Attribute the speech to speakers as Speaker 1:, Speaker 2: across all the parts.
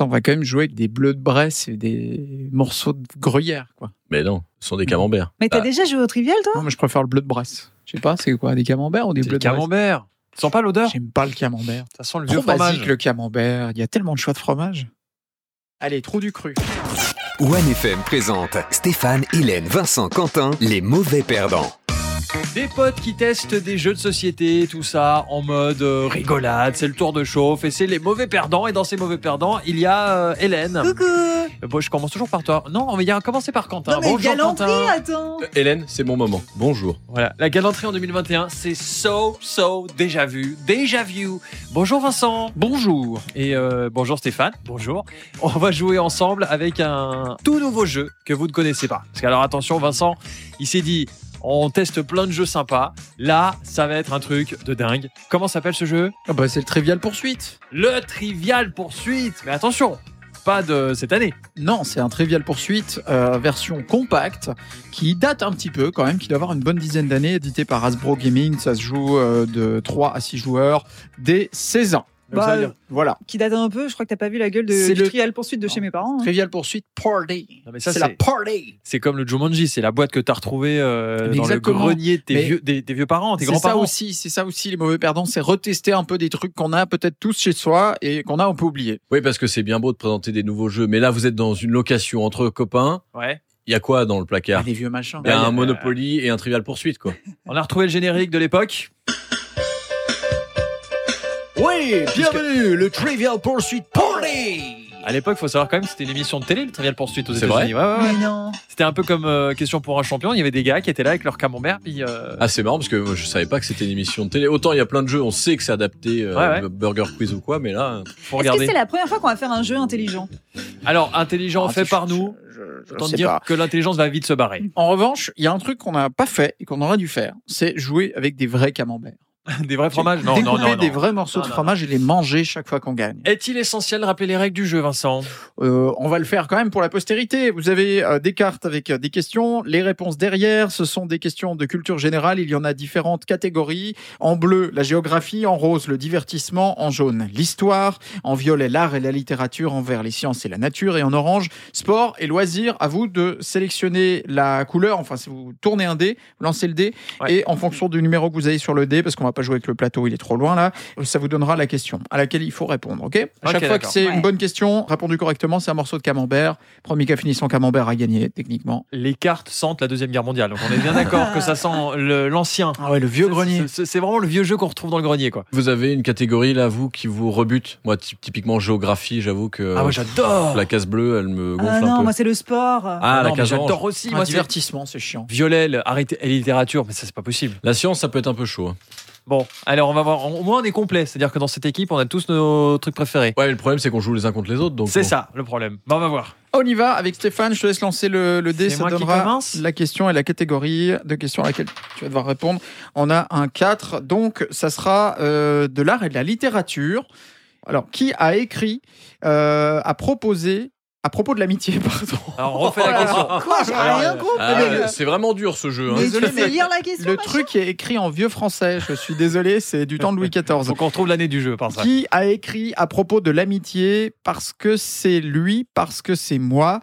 Speaker 1: on va quand même jouer avec des bleus de Bresse et des morceaux de gruyère, quoi.
Speaker 2: Mais non, ce sont des camemberts.
Speaker 3: Mais t'as
Speaker 2: Ah.
Speaker 3: déjà joué au trivial, toi
Speaker 1: Non, mais je préfère le bleu de Bresse. Je sais pas, c'est quoi, des camemberts ou des
Speaker 4: C'est le
Speaker 1: bleus de Bresse
Speaker 4: camembert. Tu sens pas l'odeur
Speaker 1: J'aime pas le camembert.
Speaker 4: Ça sent le vieux
Speaker 1: Trop basique
Speaker 4: fromage.
Speaker 1: le camembert. Il y a tellement de choix de fromage. Allez, trou du cru.
Speaker 5: OneFM présente Stéphane, Hélène, Vincent, Quentin, les mauvais perdants.
Speaker 4: Des potes qui testent des jeux de société, tout ça, en mode euh, rigolade. C'est le tour de chauffe et c'est les mauvais perdants. Et dans ces mauvais perdants, il y a euh, Hélène.
Speaker 3: Hein Coucou
Speaker 4: Euh, Bon, je commence toujours par toi. Non, mais il y a commencer par Quentin.
Speaker 3: Non, mais
Speaker 4: Bonjour,
Speaker 3: galanterie,
Speaker 4: Quentin.
Speaker 3: attends
Speaker 2: Euh, Hélène, c'est mon moment. Bonjour.
Speaker 4: Voilà, la galanterie en 2021, c'est so, so, déjà vu, déjà vu. Bonjour Vincent. Bonjour. Et euh, bonjour Stéphane. Bonjour. On va jouer ensemble avec un tout nouveau jeu que vous ne connaissez pas. Parce que alors attention, Vincent, il s'est dit, on teste plein de jeux sympas. Là, ça va être un truc de dingue. Comment s'appelle ce jeu
Speaker 1: Ah bah, c'est le trivial poursuite.
Speaker 4: Le Trivial Poursuite. Mais attention, pas de cette année.
Speaker 1: Non, c'est un Trivial Poursuite euh, version compacte qui date un petit peu quand même, qui doit avoir une bonne dizaine d'années, édité par Hasbro Gaming. Ça se joue euh, de 3 à 6 joueurs dès 16 ans. Donc,
Speaker 3: Bah,
Speaker 1: ça veut dire- voilà.
Speaker 3: Qui date un peu, je crois que t'as pas vu la gueule de
Speaker 1: C'est
Speaker 3: du
Speaker 1: le-
Speaker 3: trivial poursuite de
Speaker 1: Non.
Speaker 3: chez mes parents. hein.
Speaker 1: Trivial Poursuite Party.
Speaker 4: Non, mais ça,
Speaker 1: c'est la
Speaker 4: c'est-
Speaker 1: party.
Speaker 4: C'est comme le Jumanji, c'est la boîte que t'as retrouvée euh,
Speaker 1: Mais
Speaker 4: dans le
Speaker 1: exactement.
Speaker 4: grenier de tes
Speaker 1: Mais
Speaker 4: vieux, des, des vieux parents, tes
Speaker 1: C'est ça
Speaker 4: grands-parents.
Speaker 1: aussi, c'est ça aussi les mauvais perdants, c'est retester un peu des trucs qu'on a peut-être tous chez soi et qu'on a on peut oublier.
Speaker 2: Oui, parce que c'est bien beau de présenter des nouveaux jeux, mais là, vous êtes dans une location entre copains.
Speaker 4: Ouais.
Speaker 2: Il y a quoi dans le
Speaker 4: Ah.
Speaker 2: placard
Speaker 1: des vieux machins.
Speaker 2: Il y a
Speaker 4: y a-
Speaker 2: un Monopoly et un Trivial Poursuite, quoi.
Speaker 4: On a retrouvé le générique de l'époque.
Speaker 2: Oui, bienvenue, le Trivial Poursuit Party
Speaker 4: À l'époque, faut savoir quand même que c'était une émission de télé, le Trivial Poursuite aux
Speaker 2: C'est
Speaker 4: États-Unis. Ouais, ouais, ouais.
Speaker 3: Mais non
Speaker 4: C'était un peu comme euh, Question pour un champion. Il y avait des gars qui étaient là avec leur camembert, puis euh,
Speaker 2: Ah, c'est marrant parce que moi, je savais pas que c'était une émission de télé. Autant il y a plein de jeux, on sait que c'est adapté euh,
Speaker 4: Ouais,
Speaker 2: Burger Quiz ou quoi, mais là,
Speaker 4: faut
Speaker 3: Est-ce que
Speaker 4: regarder.
Speaker 3: c'est la première fois qu'on va faire un jeu intelligent
Speaker 4: Alors, intelligent
Speaker 1: Ah,
Speaker 4: fait
Speaker 1: je-
Speaker 4: par nous.
Speaker 1: je- je- je
Speaker 4: Autant te
Speaker 1: sais
Speaker 4: dire
Speaker 1: pas.
Speaker 4: que l'intelligence va vite se barrer.
Speaker 1: En revanche, il y a un truc qu'on n'a pas fait et qu'on aurait dû faire, c'est jouer avec des vrais camemberts.
Speaker 4: des vrais fromages Non, non,
Speaker 1: Découper
Speaker 4: non.
Speaker 1: des
Speaker 4: non.
Speaker 1: vrais morceaux
Speaker 4: Non,
Speaker 1: de
Speaker 4: non,
Speaker 1: fromage et les manger chaque fois qu'on gagne.
Speaker 4: Est-il essentiel de rappeler les règles du jeu, Vincent
Speaker 1: Euh, on va le faire quand même pour la postérité. Vous avez euh, des cartes avec euh, des questions, les réponses derrière, ce sont des questions de culture générale, il y en a différentes catégories. En bleu, la géographie, en rose, le divertissement, en jaune, l'histoire, en violet, l'art et la littérature, en vert, les sciences et la nature, et en orange, sport et loisirs. À vous de sélectionner la couleur, enfin si vous tournez un dé, vous lancez le dé,
Speaker 4: Ouais.
Speaker 1: et en fonction du numéro que vous avez sur le dé, parce qu'on va pas jouer avec le plateau, il est trop loin là, ça vous donnera la question à laquelle il faut répondre, ok À
Speaker 4: Ok,
Speaker 1: chaque fois que
Speaker 4: d'accord.
Speaker 1: c'est
Speaker 3: Ouais.
Speaker 1: une bonne question, répondu correctement, c'est un morceau de camembert. Premier qui a fini son camembert a gagné, techniquement.
Speaker 4: Les cartes sentent la Deuxième Guerre mondiale. Donc, on est bien d'accord que ça sent le- l'ancien.
Speaker 1: Ah ouais, le vieux grenier.
Speaker 4: C'est- C'est c'est vraiment le vieux jeu qu'on retrouve dans le grenier, quoi.
Speaker 2: vous avez une catégorie là, vous, qui vous rebute. Moi, ty- typiquement géographie, j'avoue que
Speaker 1: Euh,
Speaker 4: Ah, moi j'adore
Speaker 2: la case bleue, elle me gonfle
Speaker 3: Ah
Speaker 2: un
Speaker 3: non,
Speaker 2: peu.
Speaker 3: moi c'est le sport
Speaker 2: ah, la
Speaker 4: non, mais
Speaker 2: case orange.
Speaker 4: J'adore aussi,
Speaker 1: Un
Speaker 4: moi, c'est
Speaker 1: divertissement, c'est chiant.
Speaker 4: violet, le- arrêtez, et littérature, mais ça, c'est pas possible.
Speaker 2: La science, ça peut être un peu chaud. hein.
Speaker 4: Bon, alors, on va voir. Au moins, on est complet. C'est-à-dire que dans cette équipe, on a tous nos trucs préférés.
Speaker 2: Ouais, mais le problème, c'est qu'on joue les uns contre les autres. donc
Speaker 4: C'est
Speaker 2: bon.
Speaker 4: ça, le problème. Bah, on va voir.
Speaker 1: On y va avec Stéphane, je te laisse lancer le, le dé,
Speaker 4: C'est
Speaker 1: ça
Speaker 4: moi qui
Speaker 1: donnera
Speaker 4: commence
Speaker 1: la question et la catégorie de questions à laquelle tu vas devoir répondre. On a un 4, donc ça sera euh, de l'art et de la littérature. Alors, qui a écrit, euh, a proposé, à propos de l'amitié, pardon,
Speaker 4: Alors, on refait la
Speaker 1: Oh là
Speaker 4: question.
Speaker 3: Quoi J'ai
Speaker 4: Alors,
Speaker 3: rien
Speaker 4: euh,
Speaker 3: compris
Speaker 2: Ah, c'est vraiment dur ce jeu. hein.
Speaker 3: Mais
Speaker 1: désolé,
Speaker 3: tu sais
Speaker 1: mais
Speaker 3: lire la question
Speaker 1: le
Speaker 3: machin
Speaker 1: truc qui est écrit en vieux français, je suis désolé, c'est du temps de Louis XIV.
Speaker 4: Faut qu'on retrouve l'année du jeu, par ça.
Speaker 1: Qui a écrit à propos de l'amitié parce que c'est lui, parce que c'est moi,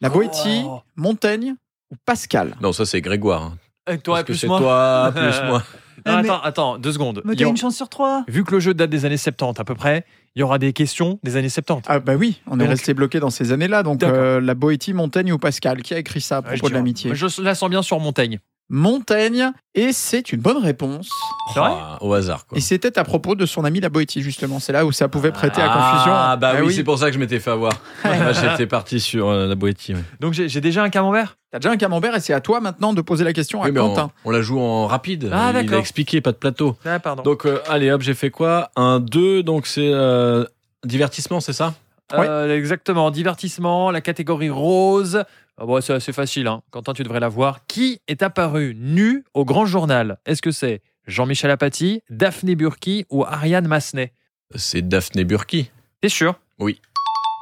Speaker 1: La Boétie,
Speaker 4: Oh.
Speaker 1: Montaigne ou Pascal
Speaker 2: Non, ça c'est Grégoire. hein.
Speaker 4: Euh, Toi,
Speaker 2: Parce que
Speaker 4: plus
Speaker 2: c'est
Speaker 4: moi.
Speaker 2: toi, plus moi.
Speaker 4: Non,
Speaker 3: Ah, mais-
Speaker 4: attends, attends, deux secondes.
Speaker 3: Mais
Speaker 4: Il y
Speaker 3: t'as
Speaker 4: aura-
Speaker 3: une chance sur trois
Speaker 4: Vu que le jeu date des années 70 à peu près, il y aura des questions des années 70.
Speaker 1: Ah bah oui, on est
Speaker 4: Donc-
Speaker 1: resté bloqué dans ces années-là, donc
Speaker 4: D'accord.
Speaker 1: euh, La Boétie, Montaigne ou Pascal, qui a écrit ça à
Speaker 4: Ouais, je
Speaker 1: propos de
Speaker 4: dirais.
Speaker 1: l'amitié
Speaker 4: Je la sens bien sur Montaigne.
Speaker 1: Montaigne, et c'est une bonone réponse.
Speaker 4: C'est vrai
Speaker 2: Ah, au hasard quoi.
Speaker 1: Et c'était à propos de son ami La Boétie, justement, c'est là où ça pouvait prêter à confusion.
Speaker 2: Ah bah
Speaker 1: Ah
Speaker 2: oui, c'est pour ça que je m'étais fait avoir. Moi, J'étais parti sur euh, la boétie. ouais.
Speaker 4: Donc, j'ai j'ai déjà un camembert
Speaker 1: T'as déjà un camembert et c'est à toi maintenant de poser la question à
Speaker 2: Oui, mais
Speaker 1: Quentin.
Speaker 2: on, on la joue en rapide.
Speaker 4: Ah,
Speaker 2: Il
Speaker 4: d'accord.
Speaker 2: a expliqué, pas de plateau.
Speaker 4: Ah, pardon.
Speaker 2: Donc euh, allez hop, j'ai fait quoi Un 2, donc c'est euh, divertissement, c'est ça
Speaker 4: Euh, Exactement. Divertissement, la catégorie rose. Ah bon, c'est assez facile, hein. Quentin, tu devrais la voir. Qui est apparu nu au grand journal Est-ce que c'est Jean-Michel Apathy, Daphné Burki ou Ariane Massenet
Speaker 2: C'est Daphné Burki.
Speaker 4: T'es sûr
Speaker 2: Oui.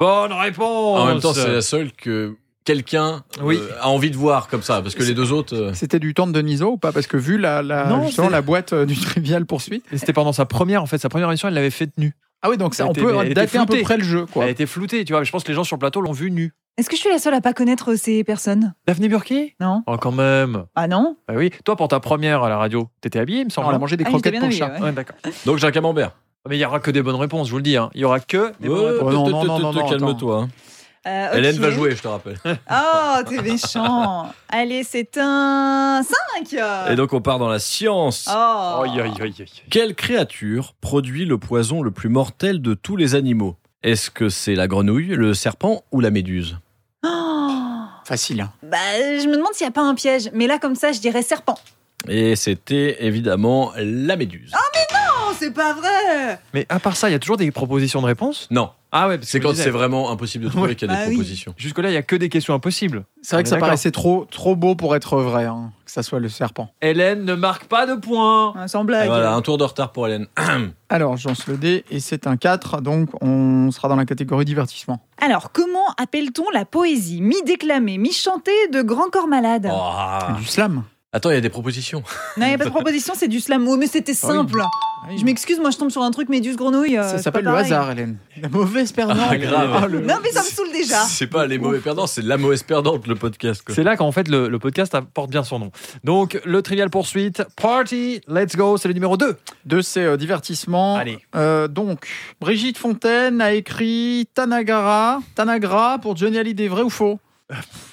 Speaker 4: Bonne réponse
Speaker 2: En même temps, c'est la seule que quelqu'un euh,
Speaker 4: Oh, Oui.
Speaker 2: a envie de voir comme ça, parce que les deux autres. euh,
Speaker 1: C'était du temps de Deniso ou pas Parce que vu la, la,
Speaker 4: Non,
Speaker 1: justement,
Speaker 4: c'est-
Speaker 1: la boîte euh, du Trivial Poursuite,
Speaker 4: Et C'était pendant sa première, en fait, sa première émission, elle l'avait faite nue.
Speaker 1: Ah oui, donc ça,
Speaker 4: Elle
Speaker 1: on
Speaker 4: était-
Speaker 1: peut
Speaker 4: elle était
Speaker 1: dater à peu
Speaker 4: floutée.
Speaker 1: près le jeu, quoi.
Speaker 4: Elle a été floutée, tu vois. mais Je pense que les gens sur le plateau l'ont vue nue.
Speaker 3: Est-ce que je suis la seule à pas connaître euh, ces personnes
Speaker 4: Daphné Burki
Speaker 3: Non.
Speaker 4: Oh, quand même.
Speaker 3: Ah non
Speaker 4: Bah oui. Toi, pour ta première à la radio, t'étais habillé, il me
Speaker 1: Non, on
Speaker 4: semble.
Speaker 1: a mangé des
Speaker 3: Ah, il
Speaker 1: croquettes
Speaker 3: était bien
Speaker 1: pour le
Speaker 3: habillé,
Speaker 1: chat.
Speaker 3: ouais.
Speaker 4: Ouais, d'accord.
Speaker 2: Donc j'ai un camembert.
Speaker 4: Mais il y aura que des bonnes réponses, je vous le dis. hein. Il y aura que des bonnes
Speaker 2: Oh,
Speaker 4: réponses.
Speaker 1: non, non, non,
Speaker 2: te- te-
Speaker 1: non,
Speaker 2: te-
Speaker 1: non,
Speaker 2: Calme-toi. hein.
Speaker 3: Euh,
Speaker 2: Hélène
Speaker 3: ok.
Speaker 2: va jouer, je te rappelle.
Speaker 3: Oh, t'es méchant. Allez, c'est un 5.
Speaker 2: Et donc on part dans la science.
Speaker 3: Oh.
Speaker 4: Aïe, aïe, aïe, aïe.
Speaker 2: Quelle créature produit le poison le plus mortel de tous les animaux Est-ce que c'est la grenouille, le serpent ou la méduse
Speaker 3: Oh.
Speaker 1: Facile. hein.
Speaker 3: Bah, je me demande s'il n'y a pas un piège. Mais là, comme ça, je dirais serpent.
Speaker 2: Et c'était évidemment la méduse.
Speaker 3: Oh, c'est pas vrai.
Speaker 4: Mais à part ça, il y a toujours des propositions de réponses
Speaker 2: non,
Speaker 4: Ah ouais, parce que
Speaker 2: c'est
Speaker 4: je
Speaker 2: quand
Speaker 4: disais,
Speaker 2: c'est vraiment impossible de trouver
Speaker 4: Ouais.
Speaker 2: qu'il y a
Speaker 3: Bah
Speaker 2: des
Speaker 3: oui.
Speaker 2: propositions.
Speaker 4: Jusque-là, il y a que des questions impossibles.
Speaker 1: C'est vrai
Speaker 4: On
Speaker 1: que
Speaker 4: est
Speaker 1: ça
Speaker 4: d'accord.
Speaker 1: paraissait trop, trop beau pour être vrai, hein, que ça soit le serpent.
Speaker 4: Hélène ne marque pas de points.
Speaker 3: Ah, Sans blague.
Speaker 2: Voilà, un tour de retard pour Hélène.
Speaker 1: Alors, j'ance le dé et c'est un 4, donc on sera dans la catégorie divertissement.
Speaker 3: Alors, comment appelle-t-on la poésie mi-déclamée, mi-chantée de Grand Corps Malade
Speaker 4: Ah.
Speaker 2: Oh.
Speaker 1: Du slam.
Speaker 2: Attends, il y a des propositions.
Speaker 3: Non, il n'y a pas de proposition, c'est du slam. Oh, mais c'était
Speaker 1: Ah oui.
Speaker 3: simple. Je m'excuse, moi, je tombe sur un truc méduse grenouille. euh, c'est
Speaker 1: Ça
Speaker 3: pas
Speaker 1: s'appelle le
Speaker 3: pareil.
Speaker 1: hasard, Hélène. La mauvaise perdante.
Speaker 2: Ah, grave.
Speaker 1: Ah, le-
Speaker 3: Non, mais ça me saoule déjà.
Speaker 2: C'est pas les mauvais perdants, c'est la mauvaise perdante, le podcast. quoi.
Speaker 4: C'est là qu'en fait le, le podcast porte bien son nom. Donc le trivial poursuite, party, let's go, c'est le numéro 2.
Speaker 1: de ces euh, divertissements.
Speaker 4: Allez.
Speaker 1: Euh, donc, Brigitte Fontaine a écrit Tanagara, Tanagra pour Johnny Hallyday, vrai ou faux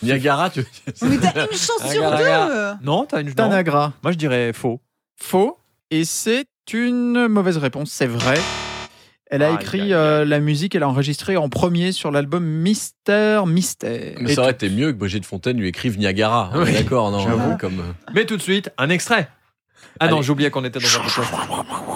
Speaker 2: Niagara, tu
Speaker 3: Mais t'as une chance sur
Speaker 4: Regarde,
Speaker 3: deux.
Speaker 4: Non, t'as une non.
Speaker 1: Tanagra,
Speaker 4: Moi je dirais faux.
Speaker 1: faux. Et c'est une mauvaise réponse, c'est vrai. Elle a
Speaker 4: Aïe, aïe,
Speaker 1: écrit euh, la musique, elle a enregistré en premier sur l'album Mister Mystère.
Speaker 2: Mais ça aurait été mieux que Brigitte Fontaine lui écrive Niagara. On est
Speaker 4: Oui,
Speaker 2: D'accord, non
Speaker 1: j'avoue.
Speaker 2: euh, comme...
Speaker 4: Mais tout de suite, un extrait. Ah non,
Speaker 2: Allez.
Speaker 4: j'oubliais qu'on était dans un podcast.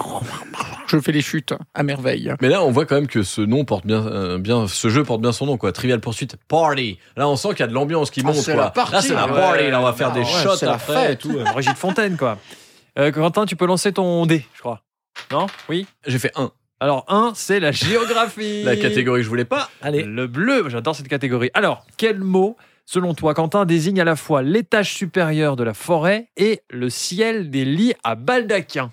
Speaker 1: Je fais les chutes à merveille.
Speaker 2: Mais là, on voit quand même que ce nom porte bien, euh, bien, ce jeu porte bien son nom, quoi. Trivial Poursuite Party. Là, on sent qu'il y a de l'ambiance qui
Speaker 1: Ah,
Speaker 2: monte,
Speaker 1: c'est
Speaker 2: quoi.
Speaker 1: la partie,
Speaker 2: là, c'est la
Speaker 1: ouais.
Speaker 2: party. Là, on va faire
Speaker 1: Ah,
Speaker 2: des
Speaker 1: ouais,
Speaker 2: shots
Speaker 1: c'est la
Speaker 2: après
Speaker 1: fête.
Speaker 2: et tout.
Speaker 4: Brigitte Fontaine quoi. Euh, Quentin, tu peux lancer ton dé, je crois. Non Oui
Speaker 2: J'ai fait un.
Speaker 4: Alors 1, c'est la géographie.
Speaker 2: La catégorie que je voulais pas. Allez.
Speaker 4: Le bleu, j'adore cette catégorie. Alors, quel mot, selon toi, Quentin, désigne à la fois l'étage supérieur de la forêt et le ciel des lits à baldaquin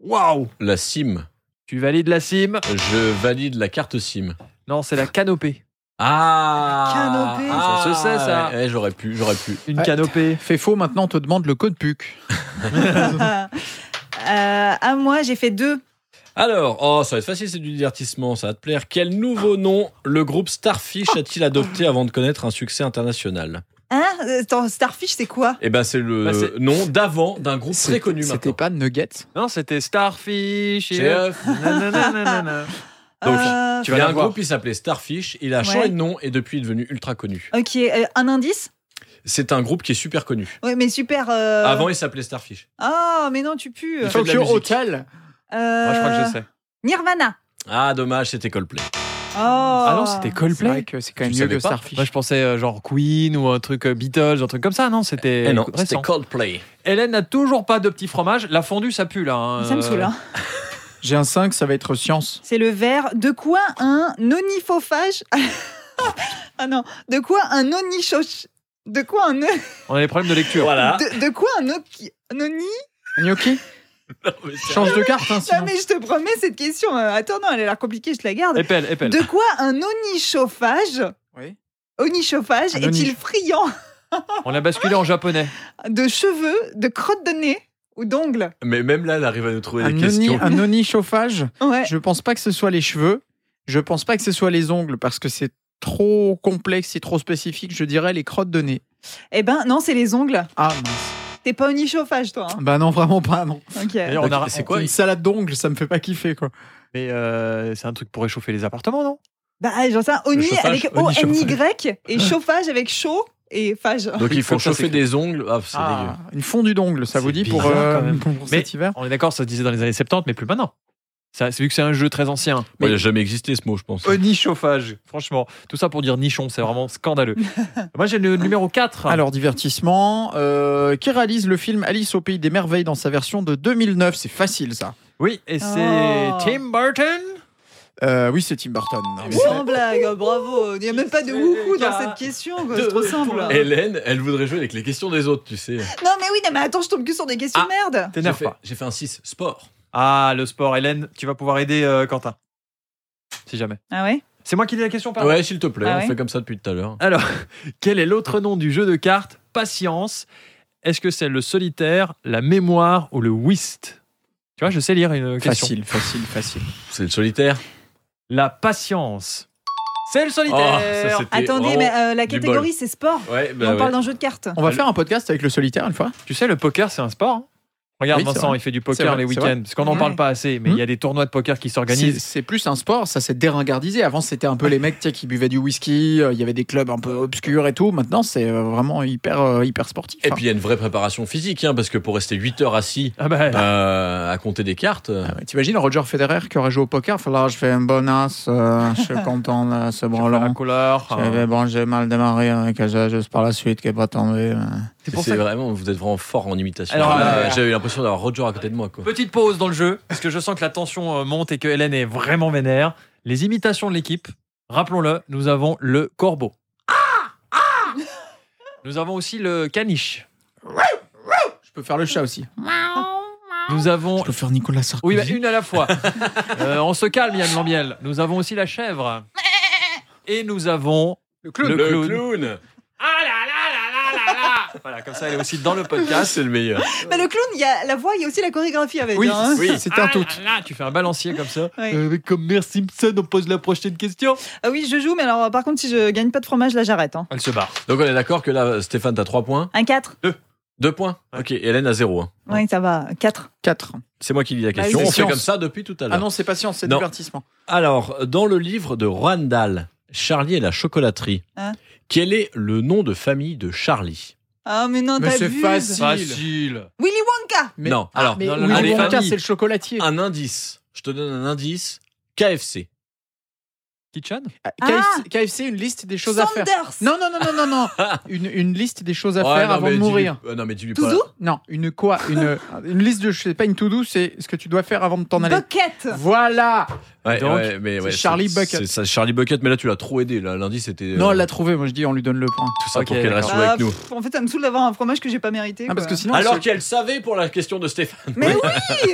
Speaker 4: Waouh
Speaker 2: La cime.
Speaker 4: Tu valides la cime
Speaker 2: Je valide la carte cime.
Speaker 4: Non, c'est la canopée.
Speaker 2: Ah.
Speaker 3: Canopée.
Speaker 2: Ah,
Speaker 4: Ça se sait, ça.
Speaker 2: Ouais, ouais, j'aurais pu, j'aurais pu.
Speaker 4: Une
Speaker 1: Ouais.
Speaker 4: canopée.
Speaker 1: Fait faux, maintenant on te demande le code PUC.
Speaker 3: Euh, à moi, j'ai fait deux.
Speaker 2: Alors, oh, ça va être facile, c'est du divertissement, ça va te plaire. Quel nouveau nom le groupe Starfish a-t-il adopté avant de connaître un succès international
Speaker 3: Hein Attends, Starfish, c'est quoi
Speaker 2: Eh ben, c'est le
Speaker 4: Bah, c'est-
Speaker 2: nom d'avant d'un groupe très connu
Speaker 1: C'était
Speaker 2: maintenant.
Speaker 1: pas Nuggets
Speaker 4: Non, c'était Starfish.
Speaker 2: C'est,
Speaker 4: Et...
Speaker 2: euh,
Speaker 4: Nanananana.
Speaker 2: Donc,
Speaker 3: Euh,
Speaker 2: Il
Speaker 4: tu vas
Speaker 2: y a
Speaker 4: la
Speaker 2: un
Speaker 4: voir.
Speaker 2: groupe qui s'appelait Starfish, il a
Speaker 3: Ouais.
Speaker 2: changé de nom et depuis il est devenu ultra connu.
Speaker 3: Ok, euh, un indice
Speaker 2: C'est un groupe qui est super connu.
Speaker 3: Oui, mais super. euh,
Speaker 2: Avant, il s'appelait Starfish.
Speaker 3: Ah, mais non, tu pues.
Speaker 2: fait de la
Speaker 1: Tokyo
Speaker 2: musique.
Speaker 1: Hotel
Speaker 3: Euh,
Speaker 4: Moi, je crois que je sais.
Speaker 3: Nirvana.
Speaker 2: Ah, dommage, c'était Coldplay.
Speaker 3: Oh.
Speaker 4: Ah non, c'était
Speaker 1: Euh, C'est vrai
Speaker 4: Coldplay
Speaker 1: que c'est quand même
Speaker 2: Tu
Speaker 1: mieux
Speaker 2: savais
Speaker 1: que
Speaker 2: pas
Speaker 1: Starfish.
Speaker 4: Moi, je pensais euh, genre Queen ou un truc euh, Beatles, un truc comme ça. Non, c'était
Speaker 2: Eh non,
Speaker 4: récent.
Speaker 2: c'était Coldplay.
Speaker 4: Hélène n'a toujours pas de petit fromage. La fondue, ça pue là. hein.
Speaker 3: Ça me saoule. hein.
Speaker 1: J'ai un 5, ça va être science.
Speaker 3: C'est le verre. De quoi un onifophage Ah non. De quoi un onichoche De quoi un. o-
Speaker 4: Euh, On a des problèmes de lecture.
Speaker 2: Voilà.
Speaker 3: De, de quoi un oki- un oni
Speaker 1: Gnocchi Change de carte, hein,
Speaker 3: Non,
Speaker 1: sinon.
Speaker 3: mais je te promets, cette question. euh, attends, non, elle a l'air compliquée, je te la garde.
Speaker 4: Épelle, épelle.
Speaker 3: De quoi un onichauffage
Speaker 1: Oui.
Speaker 3: Onichauffage
Speaker 1: Un
Speaker 3: est-il
Speaker 1: oniche-
Speaker 3: friand
Speaker 4: On a basculé en japonais.
Speaker 3: de cheveux, de crottes de nez ou d'ongles
Speaker 2: Mais même là, elle arrive à nous trouver
Speaker 1: Un
Speaker 2: des
Speaker 1: noni,
Speaker 2: questions.
Speaker 1: un noni chauffage.
Speaker 3: Ouais.
Speaker 1: Je pense pas que ce soit les cheveux. Je pense pas que ce soit les ongles parce que c'est trop complexe et trop spécifique. Je dirais les crottes de nez.
Speaker 3: Eh ben non, c'est les ongles.
Speaker 1: Ah mince.
Speaker 3: T'es pas onichauffage toi. hein.
Speaker 1: Bah non, vraiment pas, non.
Speaker 3: Ok.
Speaker 4: D'ailleurs, on a-
Speaker 2: C'est quoi
Speaker 1: Une salade d'ongles, ça me fait pas kiffer, quoi.
Speaker 4: Mais euh, c'est un truc pour réchauffer les appartements, non
Speaker 3: Bah genre ça,
Speaker 2: Le
Speaker 3: oni
Speaker 2: chauffage,
Speaker 3: avec O N
Speaker 2: onichauffage.
Speaker 3: Y et chauffage avec chaud et phage.
Speaker 2: Donc ils font
Speaker 4: Comme ça,
Speaker 2: chauffer
Speaker 4: c'est clair.
Speaker 2: des ongles. Ah, c'est dégueu.
Speaker 1: Ah, une fondue d'ongles, ça
Speaker 2: C'est
Speaker 1: vous dit pour,
Speaker 4: bizarre,
Speaker 1: euh,
Speaker 4: quand même.
Speaker 1: pour
Speaker 4: Mais-
Speaker 1: cet hiver
Speaker 4: On est d'accord, ça se disait dans les années 70, mais plus maintenant. Ça, c'est vu que c'est un jeu très ancien.
Speaker 2: Bon, il n'a jamais existé ce mot, je pense.
Speaker 4: Oni chauffage, franchement. Tout ça pour dire nichon, c'est vraiment scandaleux. Moi, j'ai le numéro 4.
Speaker 1: Alors, divertissement. euh, qui réalise le film Alice au Pays des Merveilles dans sa version de 2009 C'est facile, ça.
Speaker 4: Oui, et c'est
Speaker 3: Oh.
Speaker 4: Tim Burton.
Speaker 1: Euh, oui, c'est Tim Burton.
Speaker 4: Eh ben,
Speaker 2: Mais
Speaker 3: Sans blague, oh, bravo. Il n'y a même pas de wouhou dans cette question, quoi, c'est trop simple.
Speaker 2: Hélène, elle voudrait jouer avec les questions des autres, tu sais.
Speaker 3: Non mais oui, non, mais attends, je tombe que sur des questions
Speaker 2: Ah.
Speaker 3: merde.
Speaker 2: J'ai
Speaker 4: T'énerve
Speaker 2: fait,
Speaker 4: pas.
Speaker 2: j'ai fait un 6, sport.
Speaker 4: Ah, le sport, Hélène, tu vas pouvoir aider euh, Quentin. si jamais.
Speaker 3: Ah ouais
Speaker 4: C'est moi qui dis la question, pardon.
Speaker 2: Ouais, s'il te plaît,
Speaker 3: Ah ouais
Speaker 2: on fait comme ça depuis tout à l'heure.
Speaker 4: Alors, quel est l'autre nom du jeu de cartes Patience. Est-ce que c'est le solitaire, la mémoire ou le whist Tu vois, je sais lire une question.
Speaker 1: Facile, facile, facile.
Speaker 2: C'est le solitaire.
Speaker 4: La patience. C'est le
Speaker 2: Oh,
Speaker 4: solitaire.
Speaker 2: ça c'était
Speaker 3: Attendez,
Speaker 2: vraiment-
Speaker 3: mais euh, la
Speaker 2: du bol.
Speaker 3: catégorie, c'est sport.
Speaker 2: Ouais,
Speaker 3: Et on
Speaker 2: bah ouais.
Speaker 3: parle d'un jeu de cartes.
Speaker 1: On va faire un podcast avec le solitaire une fois.
Speaker 4: tu sais, le poker, c'est un sport. hein. Regarde,
Speaker 1: Oui, c'est
Speaker 4: Vincent,
Speaker 1: vrai.
Speaker 4: il fait du
Speaker 1: C'est
Speaker 4: poker
Speaker 1: vrai,
Speaker 4: les
Speaker 1: c'est
Speaker 4: week-ends, parce qu'on n'en parle
Speaker 3: Ouais.
Speaker 4: pas assez, mais il
Speaker 1: Hmm.
Speaker 4: y a des tournois de poker qui
Speaker 1: C'est
Speaker 4: s'organisent.
Speaker 1: c'est plus un sport, ça s'est déringardisé. Avant, c'était un peu les mecs tu sais, qui buvaient du whisky, euh, il y avait des clubs un peu obscurs et tout. Maintenant, c'est euh, vraiment hyper, euh, hyper sportif.
Speaker 2: Et puis il y a une vraie préparation physique, hein, parce que pour rester 8 heures assis
Speaker 4: Ah bah,
Speaker 2: euh, à compter des cartes, euh,
Speaker 1: Ah ouais, T'imagines Roger Federer qui aurait joué au poker Enfin, Là, je fais un bonasse, euh, je suis content de ce
Speaker 4: tu fais la
Speaker 1: branlant.
Speaker 4: couleur.
Speaker 1: J'avais bon, j'ai mal démarré avec un jeu hein, juste par la suite qui est pas tombé. hein. mais-
Speaker 4: C'est pour
Speaker 2: c'est
Speaker 4: ça que-
Speaker 2: vraiment, vous êtes vraiment fort en imitation.
Speaker 4: Alors,
Speaker 2: Là,
Speaker 4: euh,
Speaker 2: J'avais l'impression d'avoir Roger à côté de moi. Quoi.
Speaker 4: Petite pause dans le jeu, parce que je sens que la tension euh, monte et que Hélène est vraiment vénère. Les imitations de l'équipe, rappelons-le, nous avons le corbeau. Nous avons aussi le caniche.
Speaker 1: Je peux faire le chat aussi.
Speaker 4: Nous avons.
Speaker 1: Je peux faire Nicolas Sarkozy.
Speaker 4: Oui, bah, une à la fois. Euh, on se calme, Yann Lambiel. Nous avons aussi la chèvre. Et nous avons.
Speaker 1: Le
Speaker 4: clown. Le clown. Ah
Speaker 2: clown.
Speaker 4: Voilà, comme ça, elle est aussi dans le podcast.
Speaker 2: C'est le meilleur.
Speaker 3: Mais le clown, il y a la voix, il y a aussi la chorégraphie avec.
Speaker 1: Oui,
Speaker 3: hein.
Speaker 1: oui, c'est un tout.
Speaker 4: Ah Là, tu fais un balancier comme ça.
Speaker 3: Ouais.
Speaker 4: Euh, comme Mère Simpson, on pose la prochaine question.
Speaker 3: Ah oui, je joue, mais alors par contre, si je gagne pas de fromage, là j'arrête. hein.
Speaker 4: Elle se barre.
Speaker 2: Donc on est d'accord que là, Stéphane, t'as 3 points.
Speaker 3: Un 4
Speaker 2: 2 points. Ok, Hélène a 0.
Speaker 3: Oui, ça va. 4.
Speaker 1: 4.
Speaker 2: C'est moi qui lis la
Speaker 3: Bah,
Speaker 2: question.
Speaker 1: oui.
Speaker 2: on fait
Speaker 1: Science.
Speaker 2: comme ça depuis tout à l'heure.
Speaker 1: Ah non, c'est patience, c'est
Speaker 2: Non.
Speaker 1: divertissement.
Speaker 2: Alors, dans le livre de Roald Dahl, Charlie et la chocolaterie,
Speaker 3: Hein
Speaker 2: quel est le nom de famille de Charlie
Speaker 3: Ah, mais non,
Speaker 1: Mais
Speaker 3: t'as
Speaker 1: c'est
Speaker 3: vu.
Speaker 1: facile.
Speaker 4: Facile.
Speaker 3: Willy Wonka
Speaker 1: Mais-
Speaker 2: Non, alors,
Speaker 1: mais
Speaker 4: non, non,
Speaker 1: Willy
Speaker 2: allez, Ah.
Speaker 1: Wonka,
Speaker 2: famille.
Speaker 1: c'est le chocolatier.
Speaker 2: un indice. Je te donne un indice. KFC.
Speaker 4: Kitchen
Speaker 1: Ah,
Speaker 3: Ah.
Speaker 1: KFC, KFC, une liste des choses à faire.
Speaker 3: Sanders
Speaker 1: Non, non, non, non, non, non. Une, une liste des choses à
Speaker 2: Ouais,
Speaker 1: faire
Speaker 2: non,
Speaker 1: avant
Speaker 2: mais
Speaker 1: de
Speaker 2: dis-lui-
Speaker 1: mourir.
Speaker 2: euh, non, mais dis-lui pas.
Speaker 3: Touzou
Speaker 1: Non, une quoi une, une liste de. Je sais pas, une to-do, c'est ce que tu dois faire avant de t'en aller.
Speaker 3: Bucket
Speaker 1: Voilà
Speaker 2: Ouais,
Speaker 4: Donc,
Speaker 2: ouais, mais
Speaker 1: c'est
Speaker 2: ouais,
Speaker 1: Charlie
Speaker 2: c'est-
Speaker 1: Bucket.
Speaker 2: c'est ça, Charlie Bucket, mais là, tu l'as trop aidé. Là. Lundi, c'était. euh,
Speaker 1: Non, elle l'a trouvé, moi je dis, on lui donne le point.
Speaker 2: Tout ça
Speaker 4: Ok,
Speaker 2: pour qu'elle reste
Speaker 4: d'accord.
Speaker 2: jouer
Speaker 3: Ah,
Speaker 2: avec nous.
Speaker 3: pff, En fait, ça me saoule d'avoir un fromage que j'ai pas mérité.
Speaker 1: Ah, parce
Speaker 3: quoi.
Speaker 1: que sinon.
Speaker 2: Alors
Speaker 1: elle se-
Speaker 2: qu'elle savait pour la question de Stéphane.
Speaker 3: Mais oui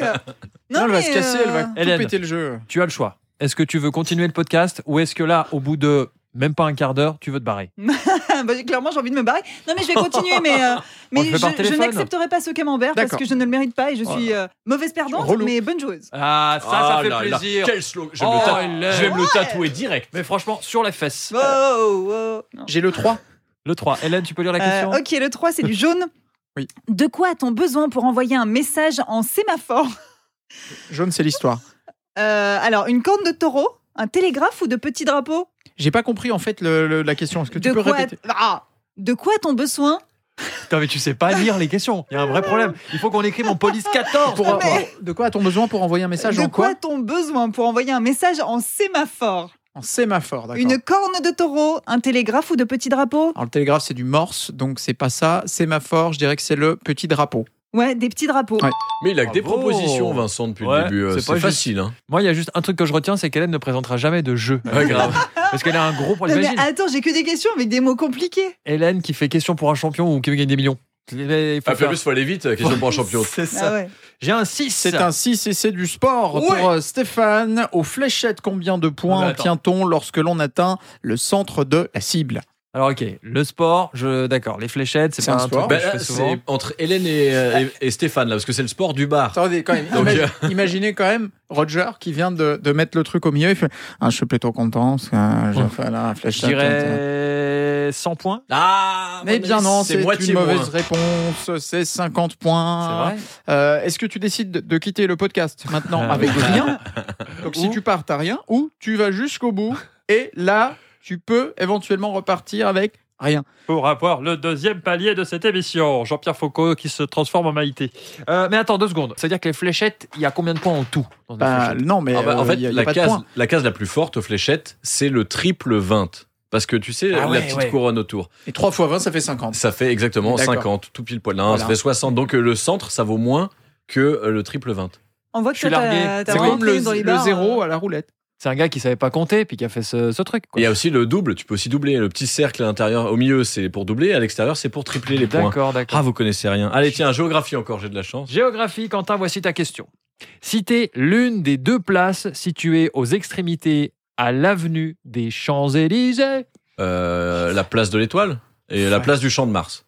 Speaker 1: non, elle va se
Speaker 3: mais,
Speaker 1: casser, elle va
Speaker 3: euh,
Speaker 1: tout
Speaker 4: Hélène.
Speaker 1: péter le jeu.
Speaker 4: Tu as le choix. Est-ce que tu veux continuer le podcast ou est-ce que là, au bout de même pas un quart d'heure, tu veux te barrer
Speaker 3: bah, j'ai- clairement, j'ai envie de me barrer. Non, mais je vais continuer, mais, euh, mais
Speaker 4: On le fait
Speaker 3: je,
Speaker 4: par
Speaker 3: je
Speaker 4: téléphone
Speaker 3: n'accepterai pas ce camembert parce
Speaker 1: D'accord.
Speaker 3: que je ne le mérite pas et je suis euh, mauvaise perdante,
Speaker 1: Relou.
Speaker 3: mais bonne joueuse.
Speaker 4: Ah,
Speaker 2: Ah là là, Quel slogan. Je vais me
Speaker 4: Oh,
Speaker 2: le ta-
Speaker 4: il est-
Speaker 2: je vais me le tatouer direct.
Speaker 4: Mais franchement, sur les fesses.
Speaker 3: Oh, oh, oh.
Speaker 1: J'ai le 3.
Speaker 4: Le 3. Hélène, tu peux lire la
Speaker 3: Euh,
Speaker 4: question
Speaker 3: ok, le 3, c'est du jaune.
Speaker 1: Oui.
Speaker 3: De quoi a-t-on besoin pour envoyer un message en sémaphore
Speaker 1: Jaune, c'est l'histoire.
Speaker 3: Euh, Alors, une corne de taureau, un télégraphe ou de petits drapeaux
Speaker 1: J'ai pas compris en fait le- le- la question. Est-ce que tu
Speaker 3: de
Speaker 1: peux
Speaker 3: quoi,
Speaker 1: répéter
Speaker 3: Ah, de quoi a-t-on besoin
Speaker 4: Putain, mais tu sais pas lire les questions. Il y a un vrai problème. Il faut qu'on écrive en police 14.
Speaker 1: Pour-
Speaker 4: papa.
Speaker 1: pour- De quoi a-t-on besoin pour envoyer un message
Speaker 3: De
Speaker 1: en
Speaker 3: quoi
Speaker 1: quoi
Speaker 3: a-t-on besoin pour envoyer un message en sémaphore
Speaker 1: En sémaphore, d'accord.
Speaker 3: Une corne de taureau, un télégraphe ou de petits drapeaux
Speaker 1: Alors le télégraphe c'est du morse, donc c'est pas ça. Sémaphore, je dirais que c'est le petit drapeau.
Speaker 3: Ouais, des petits drapeaux.
Speaker 1: Ouais.
Speaker 2: Mais il a que des
Speaker 4: Bravo.
Speaker 2: propositions, Vincent, depuis
Speaker 4: Ouais,
Speaker 2: le début. euh,
Speaker 4: c'est
Speaker 2: C'est
Speaker 4: pas juste.
Speaker 2: facile. Hein.
Speaker 4: Moi, il y a juste un truc que je retiens c'est qu'Hélène ne présentera jamais de jeu. Euh,
Speaker 2: Ouais, grave.
Speaker 4: Parce qu'elle a un gros
Speaker 3: Non,
Speaker 4: problème.
Speaker 3: mais
Speaker 4: Imagine,
Speaker 3: attends, j'ai que des questions avec des mots compliqués.
Speaker 4: Hélène qui fait question pour un champion ou qui veut gagner des millions. Il faut
Speaker 2: Ah,
Speaker 4: faire-
Speaker 2: plus, faut aller vite. Question pour un champion.
Speaker 4: C'est ça.
Speaker 3: Ah ouais.
Speaker 4: J'ai un 6.
Speaker 1: C'est un 6 et c'est du sport
Speaker 4: Ouais.
Speaker 1: pour euh, Stéphane. Aux fléchettes, combien de
Speaker 4: Non, mais
Speaker 1: points
Speaker 4: attends.
Speaker 1: obtient-on lorsque l'on atteint le centre de la cible
Speaker 4: Alors ok, le sport, je d'accord, les fléchettes, c'est
Speaker 1: C'est
Speaker 4: pas
Speaker 1: un
Speaker 4: un, Bah, euh,
Speaker 1: sport.
Speaker 4: truc
Speaker 2: Ben
Speaker 4: que je
Speaker 2: là,
Speaker 4: fais souvent.
Speaker 2: c'est entre Hélène et, euh, et- et Stéphane, là, parce que c'est le sport du bar.
Speaker 1: Attendez, quand même.
Speaker 2: Donc,
Speaker 1: imag- imaginez quand même Roger qui vient de, de mettre le truc au milieu. Il fait Ah, Je suis plutôt content parce que euh, j'ai fait la
Speaker 4: Je
Speaker 1: fléchette.
Speaker 4: dirais 100 points.
Speaker 2: Ah,
Speaker 1: Eh bien non, c'est
Speaker 2: moitié
Speaker 1: une mauvaise
Speaker 2: moins.
Speaker 1: réponse. C'est 50
Speaker 4: C'est
Speaker 1: points.
Speaker 4: vrai.
Speaker 1: Euh, Est-ce que tu décides de- de quitter le podcast maintenant
Speaker 4: Euh,
Speaker 1: avec rien Donc si
Speaker 4: bah, Ou-
Speaker 1: tu pars, t'as rien. Ou tu vas jusqu'au bout et là, tu peux éventuellement repartir avec rien.
Speaker 4: Pour avoir le deuxième palier de cette émission, Jean-Pierre Foucault qui se transforme en Maïté. Euh, mais attends deux secondes, c'est-à-dire que les fléchettes, il y a combien de points en tout dans une
Speaker 1: Bah,
Speaker 4: fléchette
Speaker 1: non, mais
Speaker 2: Ah bah, en
Speaker 1: euh,
Speaker 2: fait,
Speaker 1: y a- y a
Speaker 2: la,
Speaker 1: pas de
Speaker 2: case,
Speaker 1: point.
Speaker 2: la case la plus forte aux fléchettes, c'est le triple 20. Parce que tu sais,
Speaker 4: Ah
Speaker 2: la
Speaker 4: ouais,
Speaker 2: petite
Speaker 4: ouais.
Speaker 2: couronne autour,
Speaker 1: Et 3 fois 20, ça fait 50.
Speaker 2: ça fait exactement
Speaker 1: D'accord.
Speaker 2: 50, tout pile poil. Non,
Speaker 1: Voilà.
Speaker 2: ça fait 60. Donc euh, le centre, ça vaut moins que euh, le triple 20.
Speaker 3: On voit que
Speaker 4: Je suis
Speaker 3: toi, t'as- t'as
Speaker 4: largué.
Speaker 1: C'est
Speaker 3: vraiment
Speaker 1: comme
Speaker 3: pris
Speaker 1: le,
Speaker 3: dans les
Speaker 1: le
Speaker 3: bars,
Speaker 1: zéro
Speaker 3: euh.
Speaker 1: à la roulette.
Speaker 4: C'est un gars qui savait pas compter puis qui a fait ce, ce truc.
Speaker 2: Et
Speaker 4: quoi.
Speaker 2: il y a aussi le double, tu peux aussi doubler. Le petit cercle à l'intérieur, au milieu, c'est pour doubler, à l'extérieur, c'est pour tripler les points.
Speaker 4: D'accord,
Speaker 2: Ah,
Speaker 4: d'accord.
Speaker 2: vous connaissez rien. Allez, tiens, géographie encore, j'ai de la chance.
Speaker 4: Géographie, Quentin, voici ta question. Citez l'une des deux places situées aux extrémités à l'avenue des Champs-Élysées.
Speaker 2: Euh, la place de l'étoile et la
Speaker 4: Ouais.
Speaker 2: place du champ de Mars.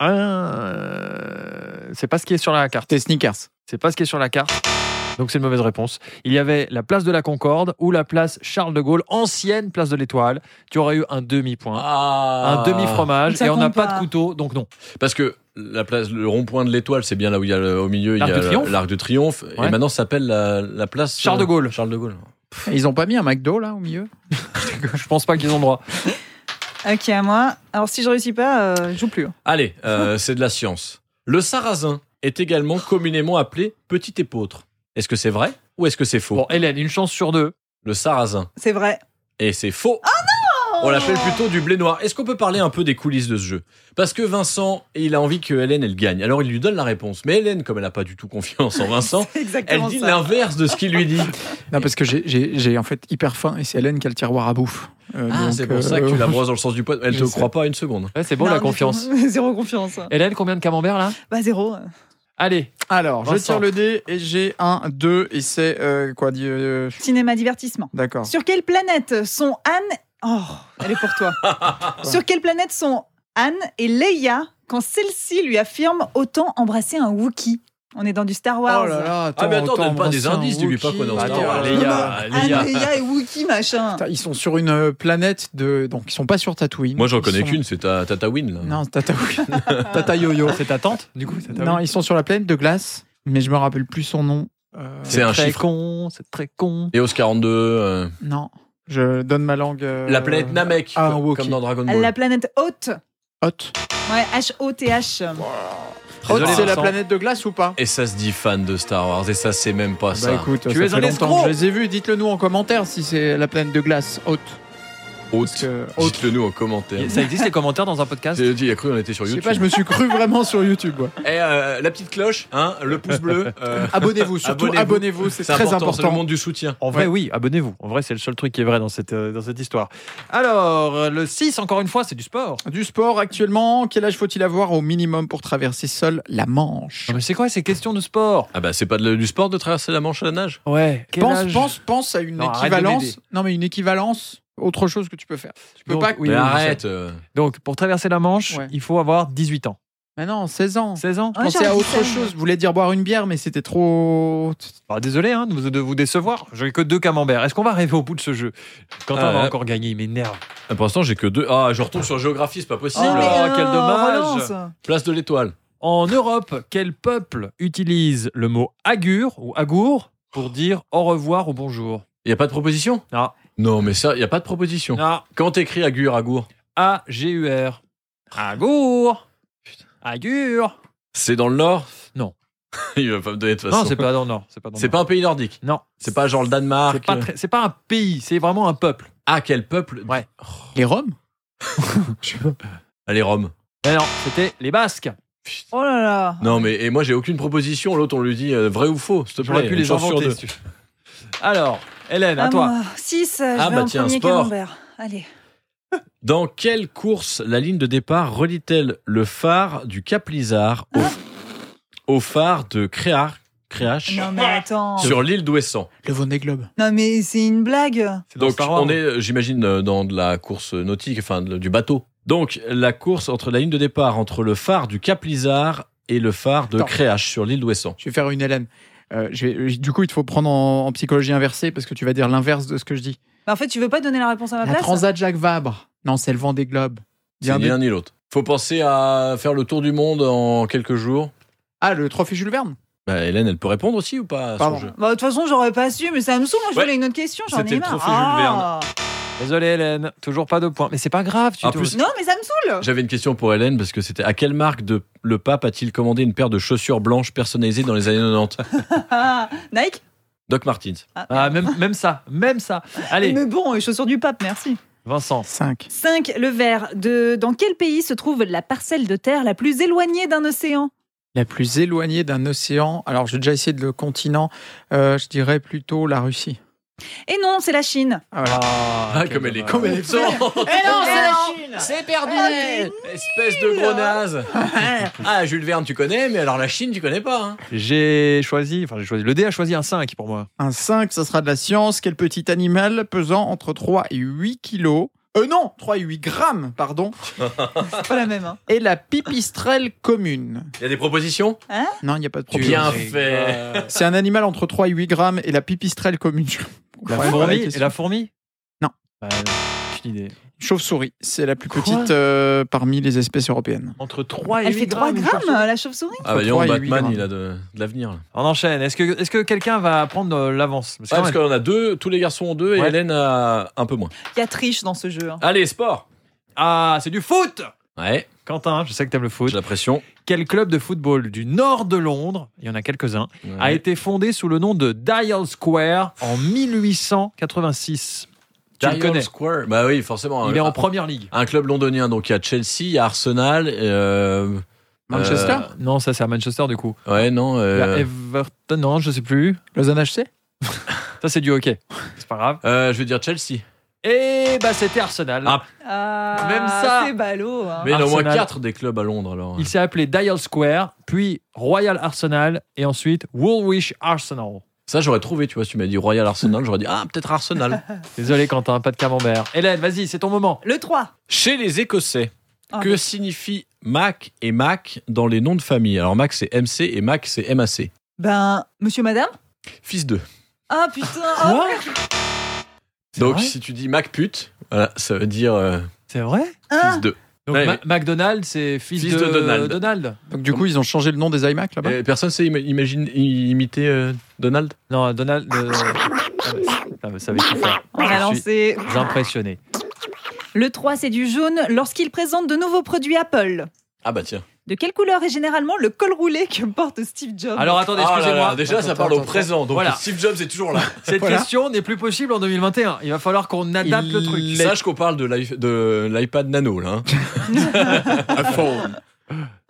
Speaker 4: Ah, euh, c'est pas ce qui est sur la carte.
Speaker 1: C'était Sneakers.
Speaker 4: C'est pas ce qui est sur la carte. Donc c'est une mauvaise réponse. Il y avait la place de la Concorde ou la place Charles de Gaulle, ancienne place de l'Étoile. Tu aurais eu un demi-point.
Speaker 2: Ah.
Speaker 4: Un demi-fromage
Speaker 3: Ça
Speaker 4: et on n'a
Speaker 3: compte
Speaker 4: pas
Speaker 3: pas.
Speaker 4: de couteau, donc non.
Speaker 2: Parce que la place, le rond-point de l'étoile, c'est bien là où il y a le- au milieu, il y
Speaker 4: L'Arc
Speaker 2: a
Speaker 4: de Triomphe.
Speaker 2: l'arc de triomphe.
Speaker 4: Ouais.
Speaker 2: Et maintenant, ça s'appelle la, la place
Speaker 4: Charles de Gaulle.
Speaker 2: Charles de Gaulle.
Speaker 1: Ils ont pas mis un McDo là au milieu
Speaker 4: Je pense pas qu'ils ont droit.
Speaker 3: Ok, à moi. Alors, si je réussis pas, euh, je joue plus.
Speaker 2: Allez, euh, c'est de la science. Le sarrasin est également communément appelé petit épôtre. Est-ce que c'est vrai ou est-ce que c'est faux
Speaker 4: Bon, Hélène, une chance sur deux.
Speaker 2: Le sarrasin.
Speaker 3: C'est vrai.
Speaker 2: Et c'est faux. On l'appelle
Speaker 3: Oh.
Speaker 2: plutôt du blé noir. Est-ce qu'on peut parler un peu des coulisses de ce jeu Parce que Vincent, il a envie que Hélène, elle gagne. Alors il lui donne la réponse. Mais Hélène, comme elle n'a pas du tout confiance en Vincent,
Speaker 3: C'est
Speaker 2: elle
Speaker 3: exactement
Speaker 2: dit
Speaker 3: ça.
Speaker 2: l'inverse de ce qu'il lui dit.
Speaker 1: Non, parce que j'ai- j'ai j'ai en fait hyper faim et c'est Hélène qui a le tiroir à bouffe. Euh,
Speaker 2: Ah,
Speaker 1: donc,
Speaker 2: c'est pour ça que tu
Speaker 1: euh,
Speaker 2: la broses dans le sens du poids. Elle
Speaker 1: je
Speaker 2: te
Speaker 1: sais.
Speaker 2: croit pas une seconde.
Speaker 4: Ouais, c'est bon
Speaker 3: Non,
Speaker 4: la
Speaker 3: du tout.
Speaker 4: confiance.
Speaker 3: Zéro confiance.
Speaker 4: Hélène, combien de camembert là
Speaker 3: Bah, zéro.
Speaker 4: Allez,
Speaker 1: Alors, je
Speaker 4: Vincent.
Speaker 1: tire le dé et j'ai un, 2 et c'est euh, quoi dit, euh,
Speaker 3: Cinéma divertissement.
Speaker 1: D'accord.
Speaker 3: Sur quelle planète sont Anne. Oh, elle est pour toi.
Speaker 1: Ah.
Speaker 3: Sur quelle planète sont Anne et Leia quand celle-ci lui affirme autant embrasser un Wookie On est dans du Star Wars.
Speaker 1: Oh là là, attends,
Speaker 2: Ah, mais attends, donne pas
Speaker 1: embrasser
Speaker 2: des indices,
Speaker 1: un
Speaker 2: dis-lui pas
Speaker 1: Wookie.
Speaker 2: quoi dans Star
Speaker 1: Attends,
Speaker 3: Ah,
Speaker 2: Wars.
Speaker 1: les gars.
Speaker 2: Léa, Léa.
Speaker 3: Anne, Leia Ah, et Wookie, machin.
Speaker 1: Putain, Ils sont sur une euh, planète de. Donc, ils sont pas sur Tatooine.
Speaker 2: Moi, j'en
Speaker 1: Ils
Speaker 2: connais
Speaker 1: sont-
Speaker 2: qu'une, c'est ta, ta, ta win. Là.
Speaker 1: Non, Tata, Tata Yo-Yo.
Speaker 4: c'est ta tante du coup c'est ta-
Speaker 1: Non, ils sont sur la planète de glace, mais je me rappelle plus son nom. Euh,
Speaker 2: C'est un
Speaker 4: très
Speaker 2: chiffre.
Speaker 4: con, c'est très con.
Speaker 2: Et 42, euh,
Speaker 1: Non, je donne ma langue. euh,
Speaker 2: la planète Namek,
Speaker 1: ah,
Speaker 2: comme-
Speaker 1: Wookie.
Speaker 2: comme dans Dragon Ball.
Speaker 3: La planète haute.
Speaker 1: Hot.
Speaker 3: Ouais, H-O-T-H.
Speaker 1: Oh Hot,
Speaker 4: Désolé,
Speaker 1: c'est la
Speaker 4: Vincent.
Speaker 1: planète de glace ou pas
Speaker 2: Et ça se dit fan de Star Wars, et ça, c'est même pas ça.
Speaker 1: Bah écoute,
Speaker 4: Tu
Speaker 1: ça
Speaker 4: es
Speaker 1: fait
Speaker 4: un
Speaker 1: longtemps
Speaker 4: escroc.
Speaker 1: que Je les ai vus, dites-le nous en commentaire si c'est la planète de glace haute.
Speaker 2: Haute.
Speaker 1: Parce que haute.
Speaker 2: Dites-le nous en commentaire.
Speaker 4: Ça existe les commentaires dans un podcast
Speaker 2: J'ai dit, il a cru qu'on était sur
Speaker 1: Je sais
Speaker 2: YouTube.
Speaker 1: pas, je me suis cru vraiment sur YouTube. ouais.
Speaker 2: Eh, euh, la petite cloche, hein, le pouce bleu. euh,
Speaker 1: Abonnez-vous, Ah, surtout
Speaker 2: Abonnez-vous.
Speaker 1: abonnez-vous, c'est très
Speaker 2: C'est le
Speaker 1: important.
Speaker 2: monde du soutien.
Speaker 4: En vrai, oui, abonnez-vous. En vrai, c'est le seul truc qui est vrai dans cette, euh, dans cette histoire. Alors, euh, le 6, encore une fois, c'est du sport.
Speaker 1: Du sport actuellement, quel âge faut-il avoir au minimum pour traverser seul la Manche
Speaker 4: Non, mais c'est quoi ces questions de sport
Speaker 2: Ah bah c'est pas de- du sport de traverser la Manche à la nage
Speaker 4: Ouais.
Speaker 1: pense, pense, pense à une
Speaker 4: Non, arrête de m'aider.
Speaker 1: équivalence. Non, mais une équivalence, autre chose que tu peux faire. Tu peux
Speaker 4: Donc,
Speaker 1: pas.
Speaker 4: oui.
Speaker 2: Mais
Speaker 4: je
Speaker 2: arrête euh,
Speaker 4: Donc, pour traverser la Manche,
Speaker 1: Ouais.
Speaker 4: il faut avoir 18 ans.
Speaker 1: Mais non, 16 ans.
Speaker 4: 16 ans
Speaker 1: Je
Speaker 3: Ouais,
Speaker 1: pensais
Speaker 3: j'aurais
Speaker 1: à
Speaker 3: dit
Speaker 1: autre
Speaker 3: 16.
Speaker 1: chose. Je voulais dire boire une bière, mais c'était trop.
Speaker 4: Bah, Désolé hein, de, vous, de vous décevoir. J'ai que deux camemberts. Est-ce qu'on va arriver au bout de ce jeu Quentin
Speaker 2: Ah,
Speaker 4: va
Speaker 2: ouais.
Speaker 4: encore gagner, il m'énerve.
Speaker 2: Pour l'instant j'ai que deux... Ah je retombe sur géographie, c'est pas possible.
Speaker 4: Oh,
Speaker 3: Mais,
Speaker 4: là,
Speaker 3: euh,
Speaker 4: quel dommage.
Speaker 3: relance.
Speaker 2: Place de l'étoile.
Speaker 4: En Europe, quel peuple utilise le mot agur ou agour pour dire au revoir ou bonjour
Speaker 2: Il a pas de proposition
Speaker 4: Non.
Speaker 2: Non mais ça, il a pas de proposition.
Speaker 4: Ah,
Speaker 2: Quand t'écris Agur, Agur,
Speaker 4: A-G-U-R. Agour Agur
Speaker 2: c'est dans le nord
Speaker 4: Non.
Speaker 2: il va pas me donner de toute façon.
Speaker 4: Non, c'est pas dans le Nord. C'est pas dans le
Speaker 2: C'est pas un pays nordique.
Speaker 4: Non.
Speaker 2: C'est pas genre le Danemark.
Speaker 4: C'est pas, très- c'est pas un pays, c'est vraiment un peuple.
Speaker 2: Ah quel peuple Oh,
Speaker 4: Ouais.
Speaker 1: Les Roms
Speaker 2: Allez Rome.
Speaker 4: Mais non, c'était les Basques.
Speaker 3: Oh là là.
Speaker 2: Non mais et moi j'ai aucune proposition. L'autre on lui dit euh, vrai ou faux. S'il te
Speaker 4: J'aurais
Speaker 2: plaît.
Speaker 4: pu
Speaker 2: une
Speaker 4: les
Speaker 2: chance sur
Speaker 4: inventer.
Speaker 2: deux.
Speaker 4: si tu veux. Alors, Hélène, à toi.
Speaker 3: 6,
Speaker 2: Ah,
Speaker 3: je vais
Speaker 2: bah
Speaker 3: en
Speaker 2: tiens,
Speaker 3: premier
Speaker 2: sport.
Speaker 3: camembert. Allez.
Speaker 2: Dans quelle course la ligne de départ relie-t-elle le phare du Cap Lizard au, au phare de Créar, Créache
Speaker 3: Non, mais attends.
Speaker 2: sur l'île d'Ouessant
Speaker 1: Le Vendée Globe.
Speaker 3: Non, mais c'est une blague.
Speaker 4: C'est dans
Speaker 2: Donc
Speaker 4: Star Wars.
Speaker 2: on est, euh, j'imagine, euh, dans de la course nautique, enfin de- du bateau. Donc la course entre la ligne de départ entre le phare du Cap Lizard et le phare de
Speaker 1: Attends.
Speaker 2: Créache sur l'île d'Ouessant.
Speaker 1: Je vais faire une Hélène. Euh, je vais- du coup, il te faut prendre en, en psychologie inversée parce que tu vas dire l'inverse de ce que je dis.
Speaker 3: Bah, en fait, tu veux pas donner la réponse à ma
Speaker 1: La
Speaker 3: place
Speaker 1: Transat Jacques Vabre. Non, c'est le Vendée Globe. Il y a
Speaker 2: C'est
Speaker 1: un
Speaker 2: ni
Speaker 1: des-
Speaker 2: l'un ni l'autre. Faut penser à faire le tour du monde en quelques jours.
Speaker 1: Ah, le trophée Jules Verne.
Speaker 2: Bah, Hélène, elle peut répondre aussi ou pas à son
Speaker 1: Pardon.
Speaker 2: jeu
Speaker 3: Bah, de toute façon, j'aurais pas su, mais ça me saoule. Moi, je
Speaker 2: Ouais.
Speaker 3: voulais une autre question. J'en
Speaker 2: C'était
Speaker 3: ai
Speaker 2: le
Speaker 3: marre.
Speaker 2: trophée Jules Verne.
Speaker 3: Ah.
Speaker 4: Désolé, Hélène, toujours pas de points. Mais c'est pas grave, tu
Speaker 2: Ah, En
Speaker 4: te-
Speaker 2: plus-
Speaker 3: Non, mais ça me saoule.
Speaker 2: J'avais une question pour Hélène parce que c'était à quelle marque de le pape a-t-il commandé une paire de chaussures blanches personnalisées dans les années 90
Speaker 3: Ah, Nike
Speaker 2: Doc Martens.
Speaker 4: Ah, même, même ça, même ça. Allez,
Speaker 3: Mais bon, les chaussures du pape, merci.
Speaker 4: Vincent.
Speaker 1: 5.
Speaker 3: 5. Le vert. De... Dans quel pays se trouve la parcelle de terre la plus éloignée d'un océan
Speaker 1: La plus éloignée d'un océan. Alors, j'ai déjà essayé de le continent. Euh, je dirais plutôt la Russie.
Speaker 3: Et non, c'est la Chine.
Speaker 2: Ah, comme elle est comme elle est
Speaker 1: Eh
Speaker 2: absente.
Speaker 1: non,
Speaker 3: c'est la
Speaker 1: Chine
Speaker 2: C'est perdu
Speaker 3: Ah, t'es
Speaker 2: Espèce de gros naze Ah, Jules Verne, tu connais, mais alors la Chine, tu connais pas. hein.
Speaker 4: J'ai choisi, enfin j'ai choisi, le dé a choisi un 5 pour moi.
Speaker 1: Un 5, ça sera de la science. Quel petit animal pesant entre 3 et 8 kilos euh, non, 3 et 8 grammes, pardon.
Speaker 3: C'est pas la même. hein.
Speaker 1: Et la pipistrelle commune.
Speaker 2: Il y a des propositions
Speaker 1: Non, il n'y a pas de
Speaker 4: Tu-
Speaker 2: Oh, Bien
Speaker 4: j'ai-
Speaker 2: fait
Speaker 1: C'est un animal entre 3 et 8 grammes et la pipistrelle commune. je comprends
Speaker 4: La
Speaker 1: pas
Speaker 4: fourmi
Speaker 1: question.
Speaker 4: Et la fourmi
Speaker 1: Non.
Speaker 4: Bah, non, aucune idée.
Speaker 1: Chauve-souris, c'est la plus
Speaker 4: Quoi
Speaker 1: petite euh, parmi les espèces européennes.
Speaker 4: Entre 3 et
Speaker 3: Elle
Speaker 4: 8
Speaker 3: fait 3
Speaker 4: une
Speaker 3: grammes, hein.
Speaker 4: chauve-souris.
Speaker 3: la chauve-souris
Speaker 2: Ah bah dis donc,
Speaker 1: Entre trois et huit grammes.
Speaker 2: Batman, il a de, de l'avenir. là.
Speaker 4: On enchaîne. Est-ce que, est-ce que quelqu'un va prendre euh, l'avance Parce que
Speaker 2: Ah,
Speaker 4: quand
Speaker 2: parce
Speaker 4: même-
Speaker 2: qu'on a deux, tous les garçons ont deux et
Speaker 4: Ouais.
Speaker 2: Hélène a un peu moins.
Speaker 3: Il y a triche dans ce jeu. hein.
Speaker 2: Allez, sport
Speaker 4: Ah, c'est du foot
Speaker 2: Ouais,
Speaker 4: Quentin, je sais que t'aimes le foot.
Speaker 2: j'ai la pression.
Speaker 4: Quel club de football du nord de Londres, il y en a quelques-uns, a
Speaker 2: Ouais.
Speaker 4: été fondé sous le nom de Dial Square en 1886 Tu le
Speaker 2: Dial
Speaker 4: connais.
Speaker 2: Square. Bah oui, forcément.
Speaker 4: Il est
Speaker 2: un,
Speaker 4: en première ligue.
Speaker 2: un club londonien, donc il y a Chelsea, il y a Arsenal. euh,
Speaker 1: Manchester
Speaker 4: Euh, Non, ça c'est à Manchester du coup.
Speaker 2: ouais, non.
Speaker 4: Il y a
Speaker 2: euh,
Speaker 4: Everton, non, je sais plus.
Speaker 1: Lausanne HC
Speaker 4: Ça c'est du hockey. C'est pas grave.
Speaker 2: euh, je veux dire Chelsea.
Speaker 4: Et bah c'était Arsenal.
Speaker 2: Ah.
Speaker 3: Ah,
Speaker 4: Même ça.
Speaker 3: C'est ballot. hein.
Speaker 2: Mais il y en a au moins
Speaker 4: Arsenal.
Speaker 2: quatre des clubs à Londres alors.
Speaker 4: Il s'est appelé Dial Square, puis Royal Arsenal et ensuite Woolwich Arsenal.
Speaker 2: Ça, j'aurais trouvé, tu vois, si tu m'as dit Royal Arsenal, j'aurais dit Ah, peut-être Arsenal.
Speaker 4: Désolé Quentin, pas de camembert. Hélène, vas-y, c'est ton moment.
Speaker 3: Le 3.
Speaker 2: Chez les Écossais,
Speaker 3: Ah.
Speaker 2: que signifie Mac et Mac dans les noms de famille Alors, Mac, c'est MC et Mac, c'est MAC.
Speaker 3: Ben, monsieur, madame
Speaker 2: Fils d'eux.
Speaker 3: Ah putain oh,
Speaker 4: C'est
Speaker 2: Donc,
Speaker 4: vrai
Speaker 2: si tu dis Mac pute, voilà, ça veut dire euh,
Speaker 4: C'est vrai
Speaker 3: hein
Speaker 2: fils d'eux.
Speaker 4: Donc
Speaker 2: Ouais.
Speaker 4: Ma- McDonald's, c'est fils,
Speaker 2: Fils
Speaker 4: de,
Speaker 2: de Donald.
Speaker 1: Donc du coup, ils ont changé le nom des iMac
Speaker 4: Ah
Speaker 1: là-bas
Speaker 2: Et personne sait im- imagine, i- imiter euh, Donald
Speaker 4: Non, Donald. euh, ah ouais, ah ouais, ça va être tout faire.
Speaker 3: On a
Speaker 4: Je suis
Speaker 3: lancé.
Speaker 4: impressionné.
Speaker 3: Le 3, c'est du jaune lorsqu'il présente de nouveaux produits Apple.
Speaker 2: Ah bah tiens.
Speaker 3: De quelle couleur est généralement le col roulé que porte Steve Jobs
Speaker 4: Alors attendez, excusez-moi.
Speaker 2: Ah, déjà, ça parle au présent. Donc,
Speaker 4: Voilà.
Speaker 2: Steve Jobs est toujours là.
Speaker 4: Cette
Speaker 1: Voilà.
Speaker 4: question n'est plus possible en 2021. Il va falloir qu'on adapte le truc.
Speaker 2: Il- Sache qu'on parle de l'i- de l'iPad Nano, là. hein.
Speaker 1: Un phone.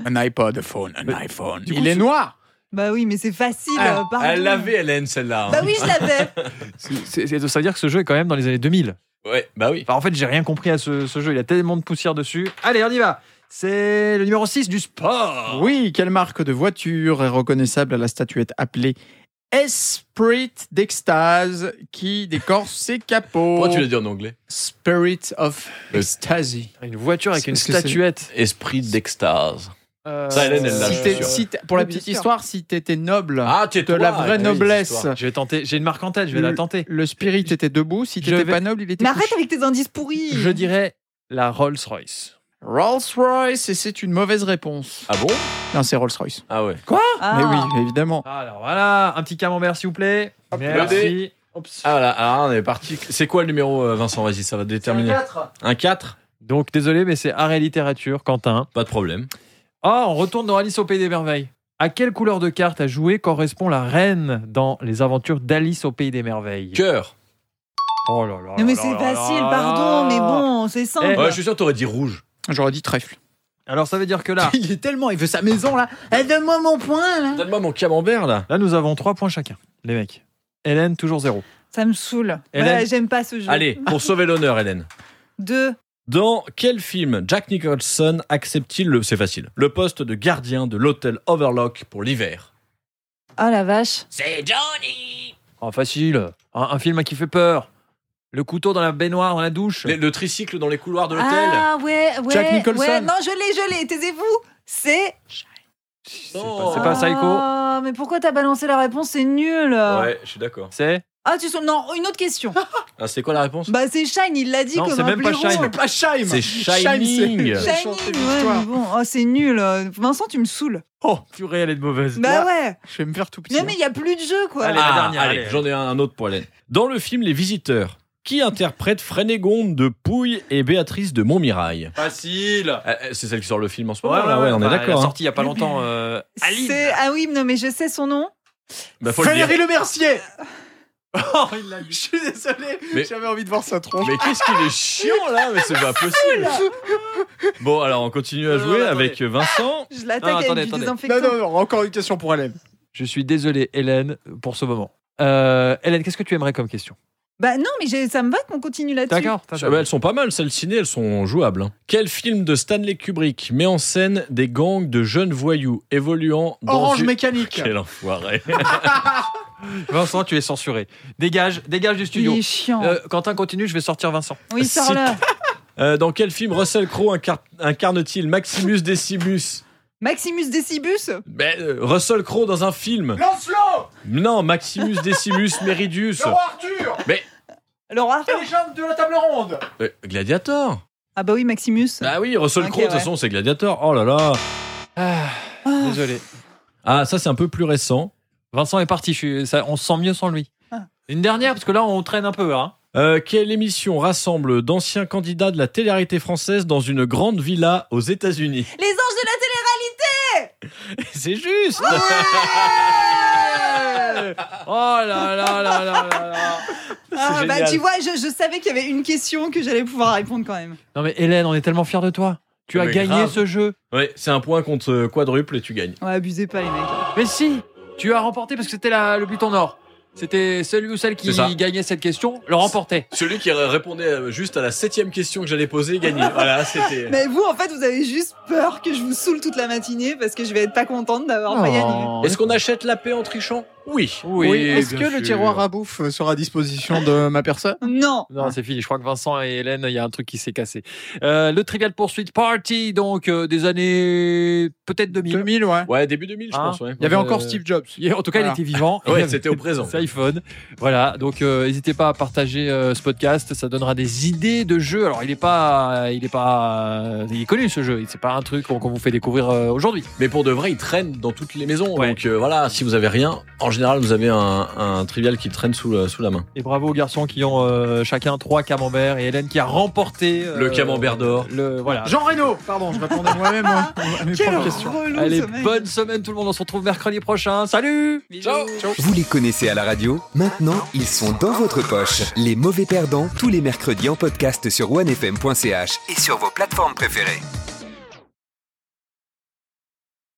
Speaker 1: Un iPod, un phone, un iPhone.
Speaker 2: Du coup,
Speaker 1: Il est
Speaker 2: c'est-
Speaker 1: noir
Speaker 3: Bah oui, mais c'est facile,
Speaker 1: Ah,
Speaker 3: euh, pardon.
Speaker 2: Elle l'avait, Hélène, celle-là. hein.
Speaker 3: Bah oui, je l'avais
Speaker 4: C'est- c'est- ça veut dire que ce jeu est quand même dans les années 2000.
Speaker 2: Ouais, bah oui.
Speaker 4: Enfin, en fait, j'ai rien compris à ce, ce jeu. Il y a tellement de poussière dessus. Allez, on y va. C'est le numéro 6 du sport.
Speaker 1: Oui, quelle marque de voiture est reconnaissable à la statuette appelée Esprit d'extase qui décore ses capots
Speaker 2: Pourquoi tu l'as dit en anglais
Speaker 1: Spirit of
Speaker 2: Euh,
Speaker 1: Ecstasy.
Speaker 4: Une voiture avec
Speaker 1: C'est-
Speaker 4: une
Speaker 1: est-ce que c'est-
Speaker 4: statuette.
Speaker 2: Esprit d'extase.
Speaker 4: Euh,
Speaker 2: Ça, Hélène, elle l'a,
Speaker 1: Si
Speaker 2: je suis
Speaker 1: t'es-
Speaker 2: sûr.
Speaker 1: si t'es- pour la
Speaker 3: Oui, bien
Speaker 1: petite
Speaker 3: sûr.
Speaker 1: histoire, si t'étais noble,
Speaker 2: Ah, tu es
Speaker 1: de la vraie noblesse,
Speaker 4: Je vais tenter. J'ai une marque en tête. Je vais la tenter.
Speaker 1: le spirit était debout. Si
Speaker 4: Je
Speaker 1: t'étais
Speaker 4: vais-
Speaker 1: pas noble, il était
Speaker 3: Mais arrête
Speaker 1: couché.
Speaker 3: avec tes indices pourris
Speaker 4: Je dirais la Rolls Royce.
Speaker 1: Rolls-Royce, et c'est une mauvaise réponse.
Speaker 2: Ah bon
Speaker 1: Non, c'est Rolls-Royce.
Speaker 2: Ah ouais.
Speaker 3: Ah.
Speaker 1: Mais oui, évidemment.
Speaker 4: Alors voilà, un petit camembert s'il vous plaît.
Speaker 2: le
Speaker 4: Merci.
Speaker 2: dé.
Speaker 4: Oups.
Speaker 2: Ah là, alors on est parti. C'est quoi le numéro, euh, Vincent Vas-y, ça va déterminer. Un 4
Speaker 4: Donc désolé, mais c'est arrêt littérature, Quentin.
Speaker 2: Pas de problème.
Speaker 4: Ah, on retourne dans Alice au Pays des Merveilles. À quelle couleur de carte à jouer correspond la reine dans les aventures d'Alice au Pays des Merveilles
Speaker 2: Cœur.
Speaker 4: Oh là là.
Speaker 3: Non mais
Speaker 4: là
Speaker 3: c'est
Speaker 4: là
Speaker 3: facile,
Speaker 4: là
Speaker 3: pardon,
Speaker 4: là.
Speaker 3: mais bon, c'est simple.
Speaker 4: Eh,
Speaker 2: Ouais, je suis sûr que t'aurais dit rouge.
Speaker 1: J'aurais dit trèfle.
Speaker 4: Alors ça veut dire que là,
Speaker 1: Il est tellement, il veut sa maison là. Eh, Donne-moi mon point là.
Speaker 2: Donne-moi mon camembert là.
Speaker 4: là nous avons 3 points chacun, les mecs. Hélène, toujours zéro.
Speaker 3: Ça me saoule.
Speaker 4: Hélène
Speaker 3: Ouais, J'aime pas ce jeu.
Speaker 2: Allez, pour sauver l'honneur, Hélène.
Speaker 3: Deux.
Speaker 2: Dans quel film Jack Nicholson accepte-t-il le c'est facile le poste de gardien de l'hôtel Overlock pour l'hiver
Speaker 3: Ah la vache.
Speaker 4: Oh, facile. Un, un film qui fait peur. Le couteau dans la baignoire, dans la douche.
Speaker 2: le, le tricycle dans les couloirs de l'hôtel
Speaker 3: Ah ouais, ouais.
Speaker 1: Jack Nicholson.
Speaker 3: ouais. Non, je l'ai, je l'ai, taisez-vous. C'est.
Speaker 4: C'est
Speaker 2: Non.
Speaker 4: pas, c'est pas Psycho.
Speaker 3: Ah, mais pourquoi t'as balancé la réponse C'est nul.
Speaker 2: Ouais, je suis d'accord.
Speaker 4: C'est
Speaker 3: Ah, tu sou- Non, une autre question.
Speaker 2: Ah, c'est quoi la réponse
Speaker 3: Bah, c'est Shine, il l'a dit
Speaker 4: Non,
Speaker 3: comme
Speaker 4: c'est
Speaker 3: un
Speaker 4: même pas
Speaker 3: blaireau.
Speaker 4: Shine.
Speaker 1: Pas Shime.
Speaker 2: C'est Shining.
Speaker 1: c'est-
Speaker 3: Shine,
Speaker 1: Chanter
Speaker 3: ouais,
Speaker 1: l'histoire.
Speaker 3: mais bon, oh, c'est nul. euh, Vincent, tu me saoules.
Speaker 4: Oh, purée, elle est de mauvaise.
Speaker 3: Bah ouais.
Speaker 1: Je vais me faire tout petit. hein.
Speaker 3: Non, mais il y a plus de jeu, quoi.
Speaker 4: Allez, la dernière,
Speaker 2: allez,
Speaker 4: allez.
Speaker 2: j'en ai un, un autre pour Hélène. Dans le film Les Visiteurs, qui interprète Frénégonde de Pouille et Béatrice de Montmirail
Speaker 4: Facile.
Speaker 2: Euh, euh, C'est celle qui sort le film en ce moment. là, ouais, on est
Speaker 4: bah, Elle est
Speaker 2: d'accord. hein.
Speaker 4: sortie il y a pas longtemps. euh, Aline.
Speaker 3: C'est- Ah oui, non, mais je sais son nom.
Speaker 2: Bah, faut le dire.
Speaker 1: Valérie Le Mercier.
Speaker 4: Oh, il l'a eu.
Speaker 1: Je suis désolé,
Speaker 2: Mais-
Speaker 1: j'avais envie de voir sa tronche.
Speaker 2: Mais qu'est-ce qu'il est chiant là Mais c'est pas possible. Bon, alors on continue à
Speaker 4: Non, non,
Speaker 2: jouer
Speaker 4: non,
Speaker 2: avec Vincent.
Speaker 3: Je
Speaker 4: Non,
Speaker 3: l'attaque avec
Speaker 4: attendez,
Speaker 3: du
Speaker 4: attendez.
Speaker 3: désinfectant.
Speaker 1: Non, non, non, encore une question pour Hélène.
Speaker 4: Je suis désolé, Hélène, pour ce moment. Euh, Hélène, qu'est-ce que tu aimerais comme question
Speaker 3: Bah non, mais j'ai- ça me va qu'on continue là-dessus.
Speaker 4: D'accord.
Speaker 2: Ah bah, elles sont pas mal, celles ciné, elles sont jouables. hein. Quel film de Stanley Kubrick met en scène des gangs de jeunes voyous évoluant dans
Speaker 1: Orange
Speaker 2: une...
Speaker 1: mécanique.
Speaker 2: Quel enfoiré
Speaker 4: Vincent, tu es censuré. Dégage, dégage du studio.
Speaker 3: Il est chiant.
Speaker 4: Euh, Quentin continue, je vais sortir Vincent.
Speaker 3: oui,
Speaker 2: si.
Speaker 3: sors-le.
Speaker 2: Euh, Dans quel film Russell Crowe incar- incarne-t-il Maximus Decimus
Speaker 3: Maximus Decibus
Speaker 2: Ben, euh, Russell Crowe dans un film
Speaker 1: Lancelot
Speaker 2: Non, Maximus Decimus Meridius
Speaker 1: Le roi Arthur
Speaker 3: Alors Arthur
Speaker 1: Les jambes de la table ronde
Speaker 2: Euh, Gladiator
Speaker 3: Ah bah oui, Maximus.
Speaker 2: Ah oui, Russell
Speaker 3: Ok,
Speaker 2: Crowe, de toute
Speaker 3: ouais.
Speaker 2: façon, c'est Gladiator. Oh là là
Speaker 3: Ah,
Speaker 4: Désolé.
Speaker 2: Ah, ça, c'est un peu plus récent.
Speaker 4: Vincent est parti, je suis- ça- on se sent mieux sans lui.
Speaker 3: Ah.
Speaker 4: Une dernière, parce que là, on traîne un peu. Hein.
Speaker 2: Euh, quelle émission rassemble d'anciens candidats de la télé-réalité française dans une grande villa aux États-Unis
Speaker 3: Les anges de la télé-réalité
Speaker 4: C'est juste Oh là là là là là là
Speaker 3: Ah
Speaker 4: C'est
Speaker 3: bah
Speaker 4: génial.
Speaker 3: tu vois, je, je savais qu'il y avait une question que j'allais pouvoir répondre quand même.
Speaker 4: Non mais Hélène, on est tellement fiers de toi. Tu as
Speaker 2: Mais
Speaker 4: gagné
Speaker 2: grave.
Speaker 4: ce jeu.
Speaker 2: Ouais, c'est un point contre euh, quadruple et tu gagnes.
Speaker 3: Ouais, abusez pas les mecs.
Speaker 4: Mais si, tu as remporté parce que c'était la- le but en or. C'était celui ou celle qui
Speaker 2: C'est ça.
Speaker 4: gagnait cette question, le remportait.
Speaker 2: Celui qui ré- répondait euh, juste à la septième question que j'allais poser gagnait. Voilà, c'était. euh,
Speaker 3: Mais vous en fait, vous avez juste peur que je vous saoule toute la matinée parce que je vais être pas contente d'avoir pas gagné.
Speaker 2: Est-ce qu'on achète la paix en trichant Oui.
Speaker 4: Oh. Oui,
Speaker 1: Est-ce
Speaker 4: bien
Speaker 1: que
Speaker 4: sûr.
Speaker 1: le tiroir à bouffe euh, sera à disposition de ma personne
Speaker 3: Non.
Speaker 4: Non, c'est fini. Je crois que Vincent et Hélène, il y a un truc qui s'est cassé. Euh, le Trivial Pursuit Party, donc euh, des années peut-être 2000.
Speaker 1: 2000, ouais.
Speaker 2: Ouais, début 2000, je
Speaker 4: Hein
Speaker 2: pense. Ouais.
Speaker 1: Il y avait
Speaker 4: Euh,
Speaker 1: encore Steve Jobs.
Speaker 4: Et En tout cas,
Speaker 1: Voilà.
Speaker 4: il était vivant.
Speaker 2: Ouais,
Speaker 4: Il avait
Speaker 2: c'était au présent.
Speaker 4: Ses iPhone. Voilà, donc euh, n'hésitez pas à partager euh, ce podcast. Ça donnera des idées de jeux. Alors, il n'est pas, euh, il est pas, euh, il est connu ce jeu. C'est pas un truc qu'on qu'on vous fait découvrir euh, aujourd'hui.
Speaker 2: Mais pour de vrai, il traîne dans toutes les maisons.
Speaker 4: Ouais.
Speaker 2: Donc euh, voilà, si vous avez rien, en général, vous avez un, un trivial qui traîne sous, la- sous la main.
Speaker 4: Et bravo aux garçons qui ont euh, chacun trois camemberts et Hélène qui a remporté euh,
Speaker 2: Le camembert d'or.
Speaker 4: Le voilà.
Speaker 1: Jean Reno Pardon, je répondais moi-même hein, à mes
Speaker 3: Quel
Speaker 1: propres questions.
Speaker 3: relou
Speaker 4: Allez,
Speaker 3: ce mec.
Speaker 4: bonne semaine tout le monde. On se retrouve mercredi prochain. Salut.
Speaker 3: Ciao.
Speaker 5: Vous les connaissez à la radio Maintenant, ils sont dans votre poche. Les mauvais perdants, tous les mercredis en podcast sur onefm.ch et sur vos plateformes préférées.